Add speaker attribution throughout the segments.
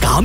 Speaker 1: 咁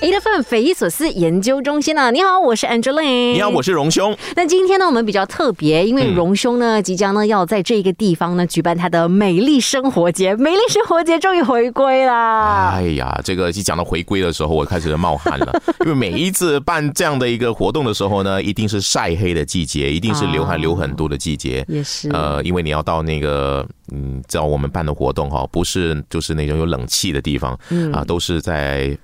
Speaker 2: A F M 匪夷所思研究中心啊，你好，我是 Angeline。
Speaker 3: 你好，我是荣兄。
Speaker 2: 那今天呢，我们比较特别，因为荣兄呢，即将呢要在这个地方呢举办他的美丽生活节，美丽生活节终于回归啦。
Speaker 3: 哎呀，这个一讲到回归的时候，我开始冒汗 了，因为每一次办这样的一个活动的时候呢，一定是晒黑的季节，一定是流
Speaker 2: 啊
Speaker 3: 汗流很多的季节。
Speaker 2: 也是，
Speaker 3: 呃，因为你要到那个，嗯，知道我们办的活动哈，不是就是那种有冷气的地方，
Speaker 2: 嗯
Speaker 3: 啊，都是在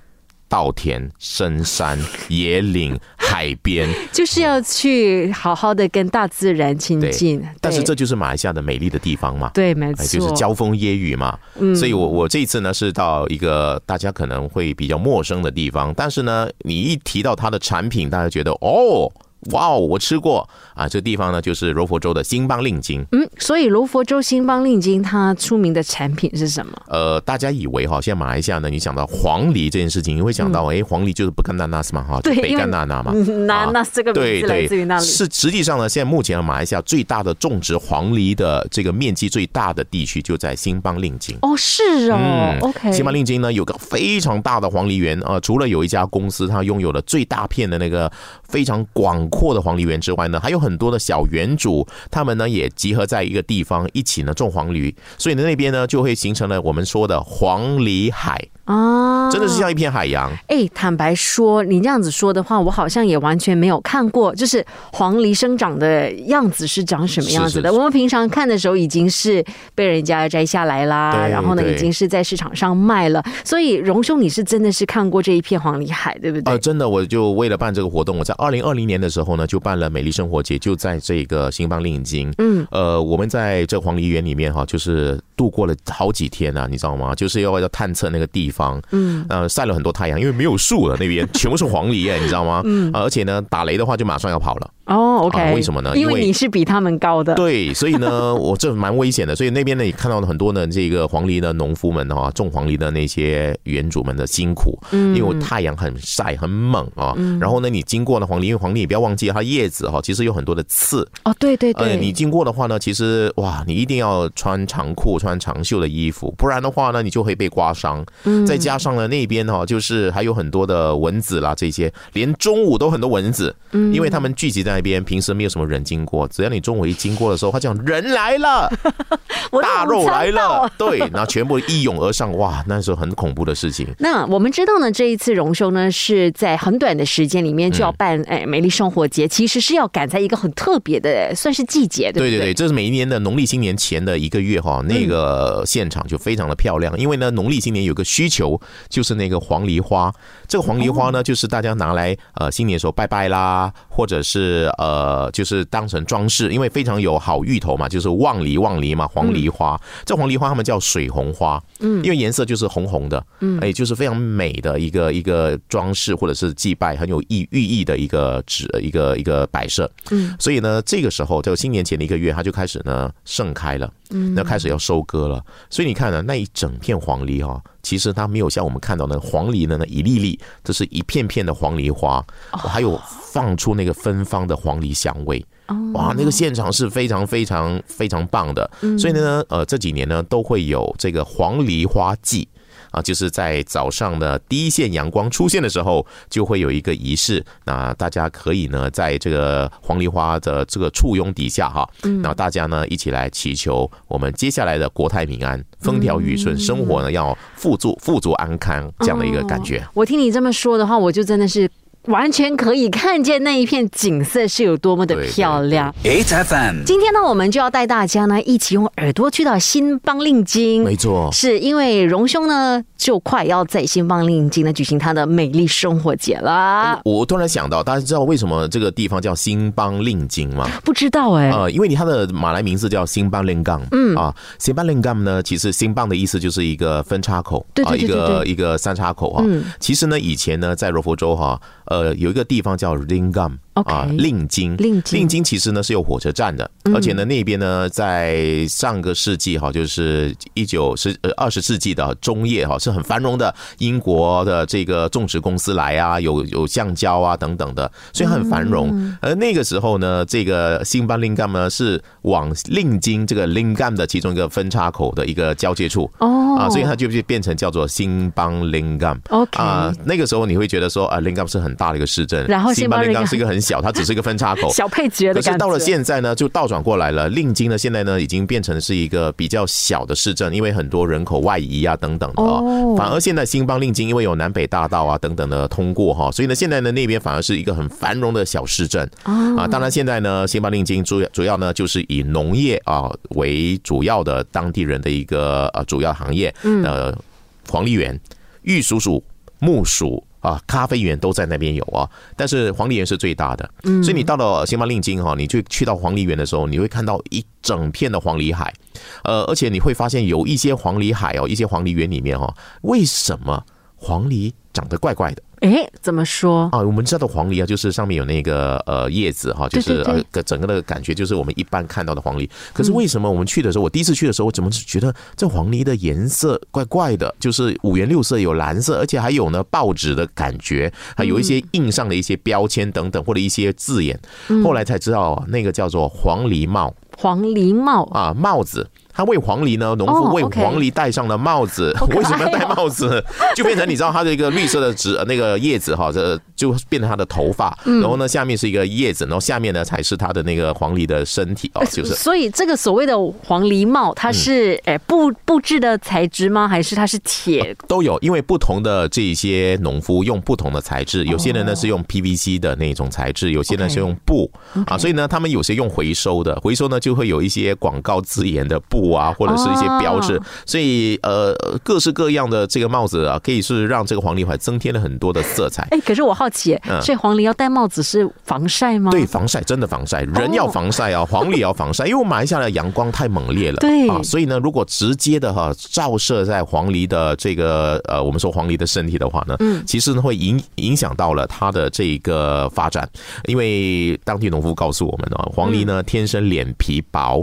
Speaker 3: 稻田、深山、野岭、海边。
Speaker 2: 就是要去好好的跟大自然亲近。
Speaker 3: 但是
Speaker 2: 对
Speaker 3: 这就是马来西亚的美丽的地方嘛。
Speaker 2: 对，没
Speaker 3: 哎，
Speaker 2: 错，嗯
Speaker 3: 就是交锋夜雨嘛。所以我我这一次呢是到一个大家可能会比较陌生的地方，但是呢，你一提到它的产品，大家觉得哦。哇哦，我吃过啊！这地方呢，就是柔佛州的新邦令金。
Speaker 2: 嗯，所以柔佛州新邦令金它出名的产品是什么？
Speaker 3: 呃，大家以为哈，现在马来西亚呢，你想到黄梨这件事情，你会想到诶，哎黄梨就是不甘纳纳斯嘛，哈，就
Speaker 2: 嗯对
Speaker 3: 北
Speaker 2: 因为
Speaker 3: 甘纳纳嘛。
Speaker 2: 那
Speaker 3: 啊
Speaker 2: 那这个名
Speaker 3: 对
Speaker 2: 字来自于那
Speaker 3: 对，
Speaker 2: 里。
Speaker 3: 是实际上呢，现在目前马来西亚最大的种植黄梨的这个面积最大的地区就在新邦令金。
Speaker 2: 哦，是哦，OK，
Speaker 3: 嗯新马令金呢有个非常大的黄梨园啊、呃除了有一家公司它拥有了最大片的那个非常广阔的黄梨园之外呢，还有很多的小园主，他们呢也集合在一个地方一起呢种黄梨，所以呢那边呢就会形成了我们说的黄梨海，
Speaker 2: 啊，
Speaker 3: 真的是像一片海洋。
Speaker 2: 哎，坦白说，你这样子说的话，我好像也完全没有看过，就是黄梨生长的样子是长什么样子的。
Speaker 3: 是是是
Speaker 2: 我们平常看的时候，已经是被人家摘下来啦，
Speaker 3: 对
Speaker 2: 然后呢，
Speaker 3: 对
Speaker 2: 已经是在市场上卖了。所以，荣兄，你是真的是看过这一片黄梨海，对不对？
Speaker 3: 呃，真的，我就为了办这个活动，我在二零二零年的时候呢，就办了美丽生活节，就在这个新邦令金。嗯，呃，我们在这黄梨园里面哈，就是度过了好几天啊，你知道吗？就是要要探测那个地方，嗯，呃，晒了很多太阳，因为没有树了，那边全部是黄梨啊，你知道吗？嗯、而且呢，打雷的话就马上要跑了。
Speaker 2: 哦，OK，、
Speaker 3: 啊为什么呢
Speaker 2: 因
Speaker 3: 因
Speaker 2: 为
Speaker 3: 为
Speaker 2: 你是比他们高的。
Speaker 3: 对，所以呢，我这蛮危险的。所以那边呢，也看到了很多呢，这个黄梨的农夫们哈、种黄梨的那些园主们的辛苦，因为我太阳很晒很猛啊。然后呢，你经过了黄梨，因为黄梨也不要忘记它叶子哈、其实有很多的刺。
Speaker 2: 哦，对对
Speaker 3: 呃，
Speaker 2: 对，
Speaker 3: 你经过的话呢，其实哇，你一定要穿长裤、穿长袖的衣服，不然的话呢，你就会被刮伤。再加上呢，那边哈、哦就是还有很多的蚊子啦，这些连中午都很多蚊子，因为他们聚集在那边，平时没有什么人经过，只要你中午一经过的时候，他讲人来了，
Speaker 2: 我的
Speaker 3: 大
Speaker 2: 午
Speaker 3: 肉
Speaker 2: 餐
Speaker 3: 来
Speaker 2: 到
Speaker 3: 了，对，然后全部一涌而上，哇，那是很恐怖的事情。
Speaker 2: 那我们知道呢，这一次荣兄呢是在很短的时间里面就要办哎美丽生活节，其实是要赶在一个很特别的算是季节，对嗯
Speaker 3: 对
Speaker 2: 不对？
Speaker 3: 对，这是每一年的农历新年前的一个月哈，那个现场就非常的漂亮，因为呢，农历新年有个需求，就是那个黄梨花。这个黄梨花
Speaker 2: 哦
Speaker 3: 呢，就是大家拿来呃新年的时候拜拜啦，或者是呃就是当成装饰，因为非常有好芋头嘛，就是旺梨旺梨嘛，黄梨花。
Speaker 2: 嗯
Speaker 3: 这黄梨花他们叫水红花，嗯，因为颜色就是红红的，嗯，哎，就是非常美的一个一个装饰或者是祭拜很有意寓意的一个纸一个一个摆设。所以呢，这个时候在新年前的一个月，它就开始呢盛开了，那开始要收割了。所以你看呢，那一整片黄梨哈、其实它没有像我们看到的黄梨的那一粒粒，这是一片片的黄梨花，还有放出那个芬芳的黄梨香味。哇，那个现场是非常非常非常棒的，所以呢，呃，这几年呢都会有这个黄梨花季，啊，就是在早上的第一线阳光出现的时候，就会有一个仪式。那大家可以呢，在这个黄梨花的这个簇拥底下哈，然后大家呢一起来祈求我们接下来的国泰民安、风调雨顺，生活呢要富足、富足安康这样的一个感觉。
Speaker 2: 哦我听你这么说的话，我就真的是完全可以看见那一片景色是有多么的
Speaker 3: 对对
Speaker 2: 漂亮。
Speaker 1: ，H F M
Speaker 2: 今天呢，我们就要带大家呢一起用耳朵去到新邦令金。
Speaker 3: 没错，
Speaker 2: 是因为荣兄呢，就快要在新邦令金呢举行他的美丽生活节啦。
Speaker 3: 我突然想到，大家知道为什么这个地方叫新邦令金吗？
Speaker 2: 不知道哎、
Speaker 3: 呃，因为你它的马来名字叫新邦令杠，嗯啊，新邦令杠呢，其实新邦的意思就是一个分叉口，
Speaker 2: 对
Speaker 3: 啊，
Speaker 2: 对对
Speaker 3: 一
Speaker 2: 对
Speaker 3: 个
Speaker 2: 对嗯
Speaker 3: 一个三叉口啊。其实呢，以前呢，在柔佛州哈、呃，有一个地方叫 Lingam。
Speaker 2: OK
Speaker 3: 啊，令津，
Speaker 2: 令嗯津
Speaker 3: 令津其实呢是有火车站的，而且呢那边呢在上个世纪哈，就是一九十呃二十世纪的中叶哈是很繁荣的，英国的这个种植公司来啊，有有橡胶啊等等的，所以它很繁
Speaker 2: 嗯
Speaker 3: 荣。而那个时候呢，这个新班令干呢是往令津这个令干的其中一个分叉口的一个交界处
Speaker 2: 哦
Speaker 3: 啊，所以它就就变成叫做新邦令干。
Speaker 2: OK
Speaker 3: 啊，那个时候你会觉得说啊，林港是很大的一个市镇，
Speaker 2: 然后
Speaker 3: 新
Speaker 2: 新巴
Speaker 3: 巴林
Speaker 2: 林
Speaker 3: 港
Speaker 2: 港
Speaker 3: 是一个很小，它只是一个分叉口
Speaker 2: 。小配角
Speaker 3: 可
Speaker 2: 的
Speaker 3: 是
Speaker 2: 感觉。
Speaker 3: 到了现在呢，就倒转过来了。令津呢，现在呢已经变成是一个比较小的市镇，因为很多人口外移啊等等的、
Speaker 2: 哦
Speaker 3: 反而现在新邦令津因为有南北大道啊等等的通过哈、所以呢现在呢那边反而是一个很繁荣的小市镇啊。当然现在呢新邦令津主主要呢就是以农业啊为主要的当地人的一个呃主要行业，呃黄梨园、玉蜀黍、木薯啊、咖啡园都在那边有啊，但是黄梨园是最大的，所以你到了新巴令津哈，你就去到黄梨园的时候，你会看到一整片的黄梨海，呃，而且你会发现有一些黄梨海哦，一些黄梨园里面哦，为什么黄梨长得怪怪的？
Speaker 2: 哎，怎么说？
Speaker 3: 啊，我们知道的黄梨啊，就是上面有那个呃叶子哈，就是
Speaker 2: 对对嗯对
Speaker 3: 呃整个的感觉就是我们一般看到的黄梨。可是为什么我们去的时候，我第一次去的时候，我怎么觉得这黄梨的颜色怪怪的？就是五颜六色，有蓝色，而且还有呢报纸的感觉，还有
Speaker 2: 嗯
Speaker 3: 一些印上的一些标签等等，或者一些字眼。后来才知道啊那个叫做黄梨帽
Speaker 2: 黄狸帽
Speaker 3: 啊帽子。他为黄梨呢，农夫
Speaker 2: 哦
Speaker 3: 为
Speaker 2: OK
Speaker 3: 黄梨戴上了帽子。
Speaker 2: 可爱哦
Speaker 3: 为什么要戴帽子？ 就变成你知道它的一个绿色的植呃那个叶子哈，这就变成它的头发。
Speaker 2: 嗯
Speaker 3: 然后呢，下面是一个叶子，然后下面呢才是它的那个黄梨的身体 哦，就是嗯
Speaker 2: 所以这个所谓的黄狸帽，它是哎、布布制的材质吗？还是它是铁？
Speaker 3: 呃都有，因为不同的这一些农夫用不同的材质，有些人呢是用 PVC 的那种材质，有些呢
Speaker 2: OK
Speaker 3: 是用布啊，所以呢，他们有些用回收的，回收呢就会有一些广告字眼的布啊，或者是一些标志
Speaker 2: 哦，
Speaker 3: 所以呃，各式各样的这个帽子啊，可以是让这个黄梨海增添了很多的色彩。
Speaker 2: 哎、可是我好奇、
Speaker 3: 嗯
Speaker 2: 所以黄狸要戴帽子是防晒吗？哦
Speaker 3: 对，防晒真的防晒，人要防晒啊，黄梨也要防晒，因为我马来西亚的阳光太猛烈了，
Speaker 2: 对
Speaker 3: 啊，所以呢，如果直接的哈、照射在黄梨的这个呃，我们说黄梨的身体的话呢，嗯，其实呢会影影响到了它的这个发展，因为当地农夫告诉我们啊，黄梨
Speaker 2: 嗯
Speaker 3: 呢天生脸皮薄。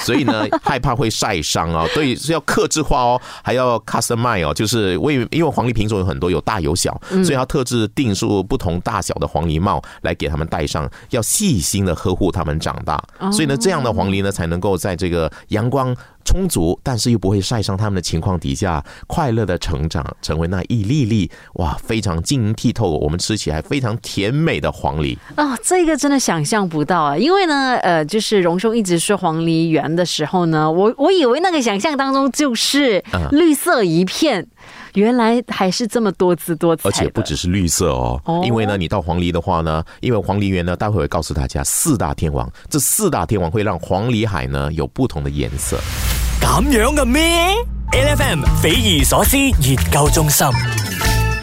Speaker 3: 所以呢， 害怕会晒伤啊，所以是要克制化哦，还要 customize 哦，就是为因为黄梨品种有很多，有大有小，所以要特制定数不同大小的黄梨帽来给他们戴上，要细心的呵护他们长大。所以呢，这样的黄梨呢，才能够在这个阳光充足，但是又不会晒伤他们的情况底下，快乐的成长，成为那一粒粒哇非常晶莹剔透，我们吃起来非常甜美的黄梨。
Speaker 2: 啊、这个真的想象不到啊！因为呢，呃，就是荣兄一直说黄梨园的时候呢，我我以为那个想象当中就是
Speaker 3: 嗯
Speaker 2: 绿色一片，原来还是这么多姿多彩的，
Speaker 3: 而且不只是绿色哦，
Speaker 2: 哦
Speaker 3: 因为呢，你到黄梨的话呢，因为黄梨园呢，待会儿会告诉大家四大天王，这四大天王会让黄梨海呢有不同的颜色。
Speaker 1: 咁樣嘅咩？LFM 匪夷所思研究中心。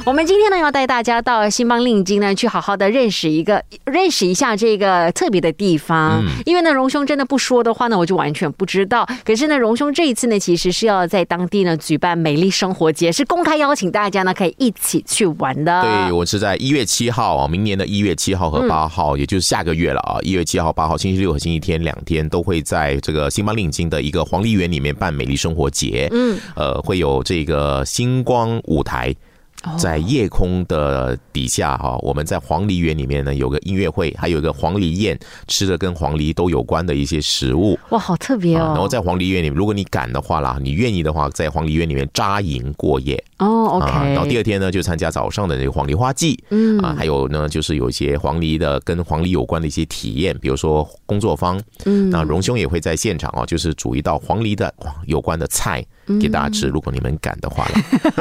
Speaker 2: 我们今天呢，要带大家到新邦令津呢，去好好的认识一个，认识一下这个特别的地方。
Speaker 3: 嗯
Speaker 2: 因为呢，荣兄真的不说的话呢，我就完全不知道。可是呢，荣兄这一次呢，其实是要在当地呢举办美丽生活节，是公开邀请大家呢可以一起去玩的。
Speaker 3: 对，我是在一月七号啊，明年的一月七号和八号，也就是下个月了啊，一月七号、八号，星期六和星期天两天都会在这个新巴令津的一个黄梨园里面办美丽生活节。嗯，呃，会有这个星光舞台。在夜空的底下哈、我们在黄梨园里面呢有个音乐会，还有一个黄梨宴，吃的跟黄梨都有关的一些食物。
Speaker 2: 哇，好特别哦。
Speaker 3: 啊，然后在黄梨园里面，如果你敢的话啦，你愿意的话，在黄梨园里面扎营过夜。
Speaker 2: 哦，OK、
Speaker 3: 啊，然后第二天呢，就参加早上的这个黄梨花季，嗯啊，还有呢，就是有一些黄梨的跟黄梨有关的一些体验，比如说工作坊，嗯，那荣兄也会在现场哦，就是煮一道黄梨的有关的菜给大家吃，如果你们敢的话了。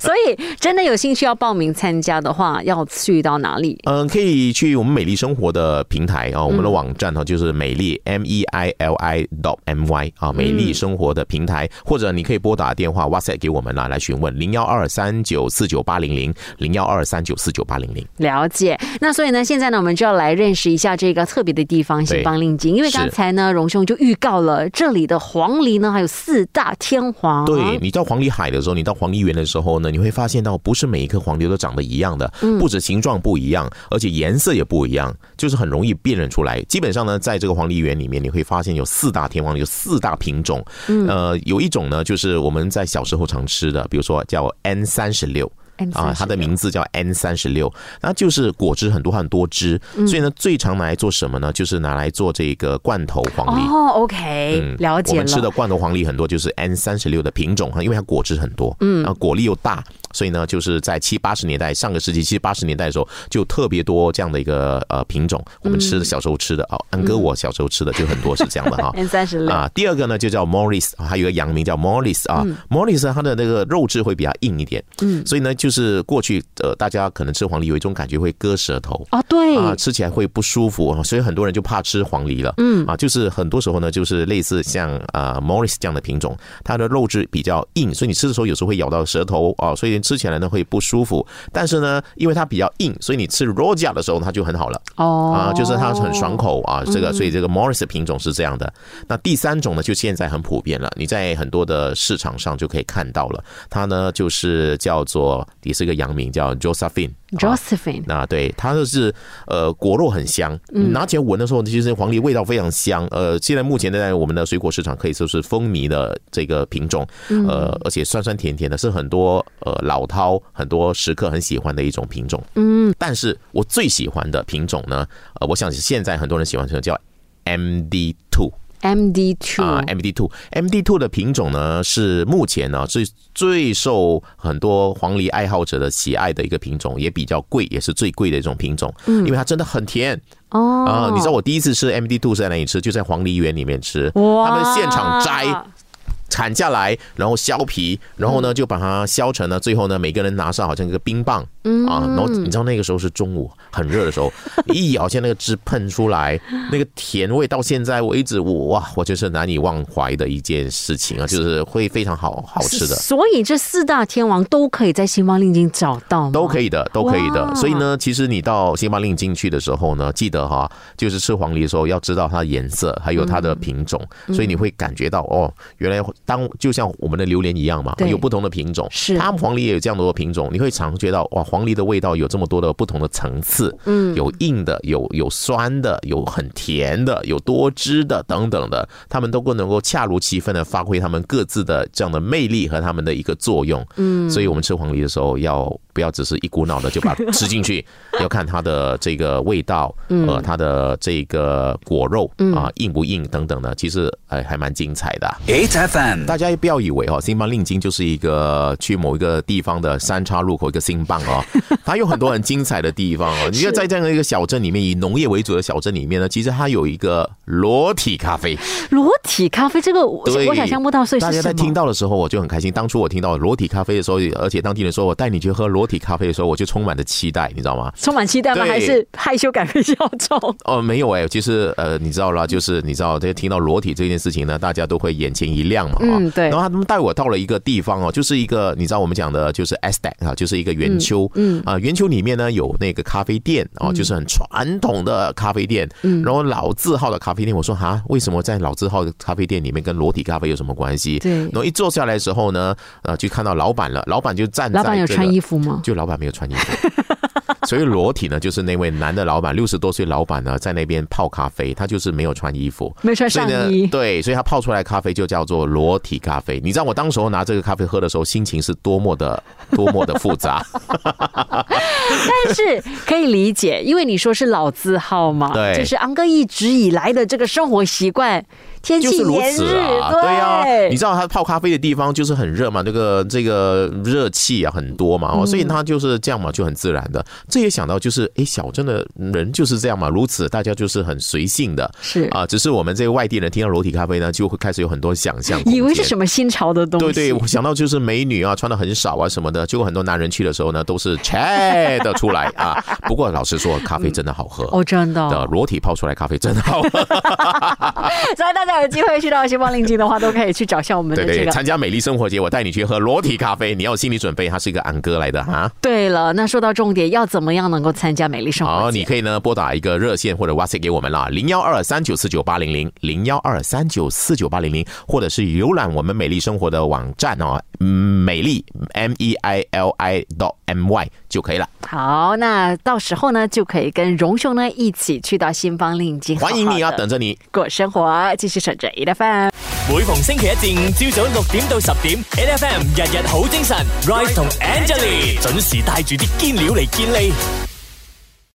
Speaker 2: 所以真的有兴趣要报名参加的话，要去到哪里？
Speaker 3: 嗯，可以去我们美丽生活的平台啊，我们的网站哈，就是美丽 M E I L I dot M Y 啊，美丽生活的平台，或者你可以拨打电话 WhatsApp 给我们啦，来询问零幺二三九四九八零零零幺二三九四九八零零。
Speaker 2: 了解，那所以呢，现在呢，我们就要来认识一下这个特别的地方——
Speaker 3: 对
Speaker 2: 新邦令津。因为
Speaker 3: 是
Speaker 2: 刚才呢，荣兄就预告了这里的黄梨呢，还有四大天皇。
Speaker 3: 对，你到黄梨海的时候，你到黄梨园的时候呢，你会发现到不是每一棵黄梨都长得一样的，不止形状不一样，而且颜色也不一样，就是很容易辨认出来。基本上呢，在这个黄梨园里面，你会发现有四大天王梨，有四大品种。呃，有一种呢，就是我们在小时候常吃的，比如说叫 N 三十六。
Speaker 2: N
Speaker 3: 啊，它的
Speaker 2: 36
Speaker 3: 名字叫 N 三十六，那就是果汁很多很多汁，所以呢，最常拿来做什么呢？就是拿来做这个罐头黄梨。
Speaker 2: 哦，OK，、
Speaker 3: 嗯
Speaker 2: 了解
Speaker 3: 我
Speaker 2: 了。
Speaker 3: 们吃的罐头黄梨很多就是 N 三十六的品种，因为它果汁很多，嗯，然后果粒又大，所以呢，就是在七八十年代，上个世纪七八十年代的时候，就特别多这样的一个呃品种。我们吃的小时候吃的哦，
Speaker 2: 嗯
Speaker 3: 安哥我小时候吃的就很多是这样 的哈。
Speaker 2: N 三十六，
Speaker 3: 啊，第二个呢就叫 Morris，啊还有一个洋名叫 Morris 啊、m
Speaker 2: 嗯
Speaker 3: o r r i s 它的那个肉质会比较硬一点，嗯，所以呢，就是过去呃，大家可能吃黄梨有一种感觉会割舌头。
Speaker 2: 哦，对，
Speaker 3: 啊，吃起来会不舒服，啊所以很多人就怕吃黄梨了。嗯，啊，就是很多时候呢，就是类似像呃 Morris 这样的品种，它的肉质比较硬，所以你吃的时候有时候会咬到舌头啊，所以吃起来呢会不舒服。但是呢，因为它比较硬，所以你吃 Roja 的时候它就很好了。
Speaker 2: 哦，
Speaker 3: 啊，就是它很爽。口啊，这个所以这个 Morris 的品种是这样的。那第三种呢，就现在很普遍了，你在很多的市场上就可以看到了。它呢就是叫做也是个洋名叫 Josephine 啊。
Speaker 2: Josephine，
Speaker 3: 那对它就是呃果肉很香，拿起来闻的时候，其实黄梨味道非常香。呃，现在目前在我们的水果市场可以说是风靡的这个品种，呃，而且酸酸甜甜的，是很多呃老饕很多食客很喜欢的一种品种。嗯，但是我最喜欢的品种呢，呃，我想现在很多人喜欢吃的叫 MD Two。
Speaker 2: MD two，、
Speaker 3: 啊，MD two MD two 的品种呢是目前呢最最受很多黄梨爱好者的喜爱的一个品种，也比较贵，也是最贵的一种品种，因为它真的很甜
Speaker 2: 哦、
Speaker 3: 啊、你知道我第一次吃 MD two 是在哪里吃？就在黄梨园里面吃，
Speaker 2: 哇
Speaker 3: 他们现场摘。砍下来，然后削皮，然后呢就把它削成了。最后呢，每个人拿上好像一个冰棒、
Speaker 2: 嗯
Speaker 3: 啊，然后你知道那个时候是中午很热的时候，你一咬下那个汁喷出来，那个甜味到现在我一直我哇，我就是难以忘怀的一件事情 啊，就是会非常好好吃的。
Speaker 2: 所以这四大天王都可以在星光令金找到吗？
Speaker 3: 都可以的，都可以
Speaker 2: 哇
Speaker 3: 的。所以呢，其实你到星巴令进去的时候呢，记得哈，就是吃黄梨的时候要知道它的颜色，还有它
Speaker 2: 嗯
Speaker 3: 的品种，所以你会感觉到哦，原来当就像我们的榴莲一样嘛，
Speaker 2: 对
Speaker 3: 有不同的品种，
Speaker 2: 是
Speaker 3: 它们黄梨也有这样多的品种，你会常觉到哇，黄梨的味道有这么多的不同的层次，嗯，有硬的，有有酸的，有很甜的，有多汁的等等的，它们都不能够恰如其分的发挥它们各自的这样的魅力和它们的一个作用，嗯，所以我们吃黄梨的时候要不要只是一股脑的就把它吃进去， 要看它的这个味道，呃，它的这个果肉啊、硬不硬等等的，其实哎还蛮精彩的啊、
Speaker 1: 8FM，
Speaker 3: 大家不要以为哦，新邦令金就是一个去某一个地方的三岔路口一个新邦 哦，它有很多很精彩的地方哦。你要在这样的一个小镇里面，以农业为主的小镇里面呢，其实它有一个裸体咖啡。
Speaker 2: 裸体咖啡这个我
Speaker 3: 对，
Speaker 2: 我想象不到，所以是
Speaker 3: 大家
Speaker 2: 什
Speaker 3: 在
Speaker 2: 么？
Speaker 3: 听到的时候，我就很开心。当初我听到裸体咖啡的时候，而且当地人说我带你去喝裸体咖啡的时候，我就充满了期待，你知道吗？
Speaker 2: 充满期待吗？
Speaker 3: 对
Speaker 2: 还是害羞感比较重？
Speaker 3: 哦，没有哎、其实呃，你知道啦，就是你知道，这听到裸体这件事情呢，大家都会眼前一亮嘛，
Speaker 2: 嗯
Speaker 3: 哦
Speaker 2: 对
Speaker 3: 然后他们带我到了一个地方哦，就是一个你知道我们讲的就是 a s t e c 啊，就是一个圆丘，嗯啊、圆丘里面呢有那个咖啡店
Speaker 2: 嗯
Speaker 3: 哦，就是很传统的咖啡店，嗯，然后老字号的咖啡店，我说哈，为什么在老字号的咖啡店里面跟裸体咖啡有什么关系？
Speaker 2: 对
Speaker 3: 然后一坐下来的时候呢，呃，就看到老板了，老板就站在、这
Speaker 2: 老
Speaker 3: 个，
Speaker 2: 板有穿衣服吗？
Speaker 3: 就老板没有穿衣服。 所以裸体呢，就是那位男的老板，六十多岁老板呢，在那边泡咖啡，他就是没有穿衣服，
Speaker 2: 没穿
Speaker 3: 所以
Speaker 2: 上
Speaker 3: 呢
Speaker 2: 衣，
Speaker 3: 对，所以他泡出来的咖啡就叫做裸体咖啡。你知道我当时候拿这个咖啡喝的时候，心情是多么的多么的复杂，
Speaker 2: 但是可以理解，因为你说是老字号嘛，
Speaker 3: 对
Speaker 2: 就是昂哥一直以来的这个生活习惯，天
Speaker 3: 就
Speaker 2: 气
Speaker 3: 是如
Speaker 2: 炎
Speaker 3: 此
Speaker 2: 日，
Speaker 3: 啊，对啊，你知道他泡咖啡的地方就是很热嘛，那个这个热气啊很多嘛，
Speaker 2: 嗯
Speaker 3: 哦，所以他就是这样嘛，就很自然的。这也想到就是，哎，小镇的人就是这样嘛，如此大家就是很随性的，
Speaker 2: 是
Speaker 3: 啊，只是我们这个外地人听到裸体咖啡呢，就会开始有很多想象，
Speaker 2: 以为是
Speaker 3: 么。
Speaker 2: 什么新潮的东西，
Speaker 3: 对对，我想到就是美女啊，穿的很少啊什么的，结果很多男人去的时候呢，都是 切的出来啊。不过老实说，咖啡真的好喝。
Speaker 2: 哦，真的哦、
Speaker 3: 的裸体泡出来咖啡真的好喝，
Speaker 2: 所以大家下有机会去到西方令境的话，都可以去找下我们的
Speaker 3: 对
Speaker 2: 这
Speaker 3: 对，
Speaker 2: 个
Speaker 3: 参加美丽生活节，我带你去喝裸体咖啡，你要有心理准备，它是一个安哥 来的哈。
Speaker 2: 对了，那说到重点，要怎么样能够参加美丽生
Speaker 3: 好，
Speaker 2: 活
Speaker 3: 你
Speaker 2: 节？
Speaker 3: 可以呢拨打一个热线或者 WhatsApp 给我们啦，零幺二三九四九八零零零幺二三九四九八零零，或者是浏览我们美丽生活的网站哦，嗯美丽 M E I L I dot M Y 就可以了。
Speaker 2: 好，那到时候呢，就可以跟荣兄呢一起去到新邦令境，
Speaker 3: 欢迎你
Speaker 2: 好好
Speaker 3: 啊，
Speaker 2: 地
Speaker 3: 等着你。
Speaker 2: 过生活，继续守着 E F M。
Speaker 1: 每逢星期一至五朝早六點到十點，N F M 日日好精神，Rise 同 Angelie 準時帶住啲堅料嚟健利。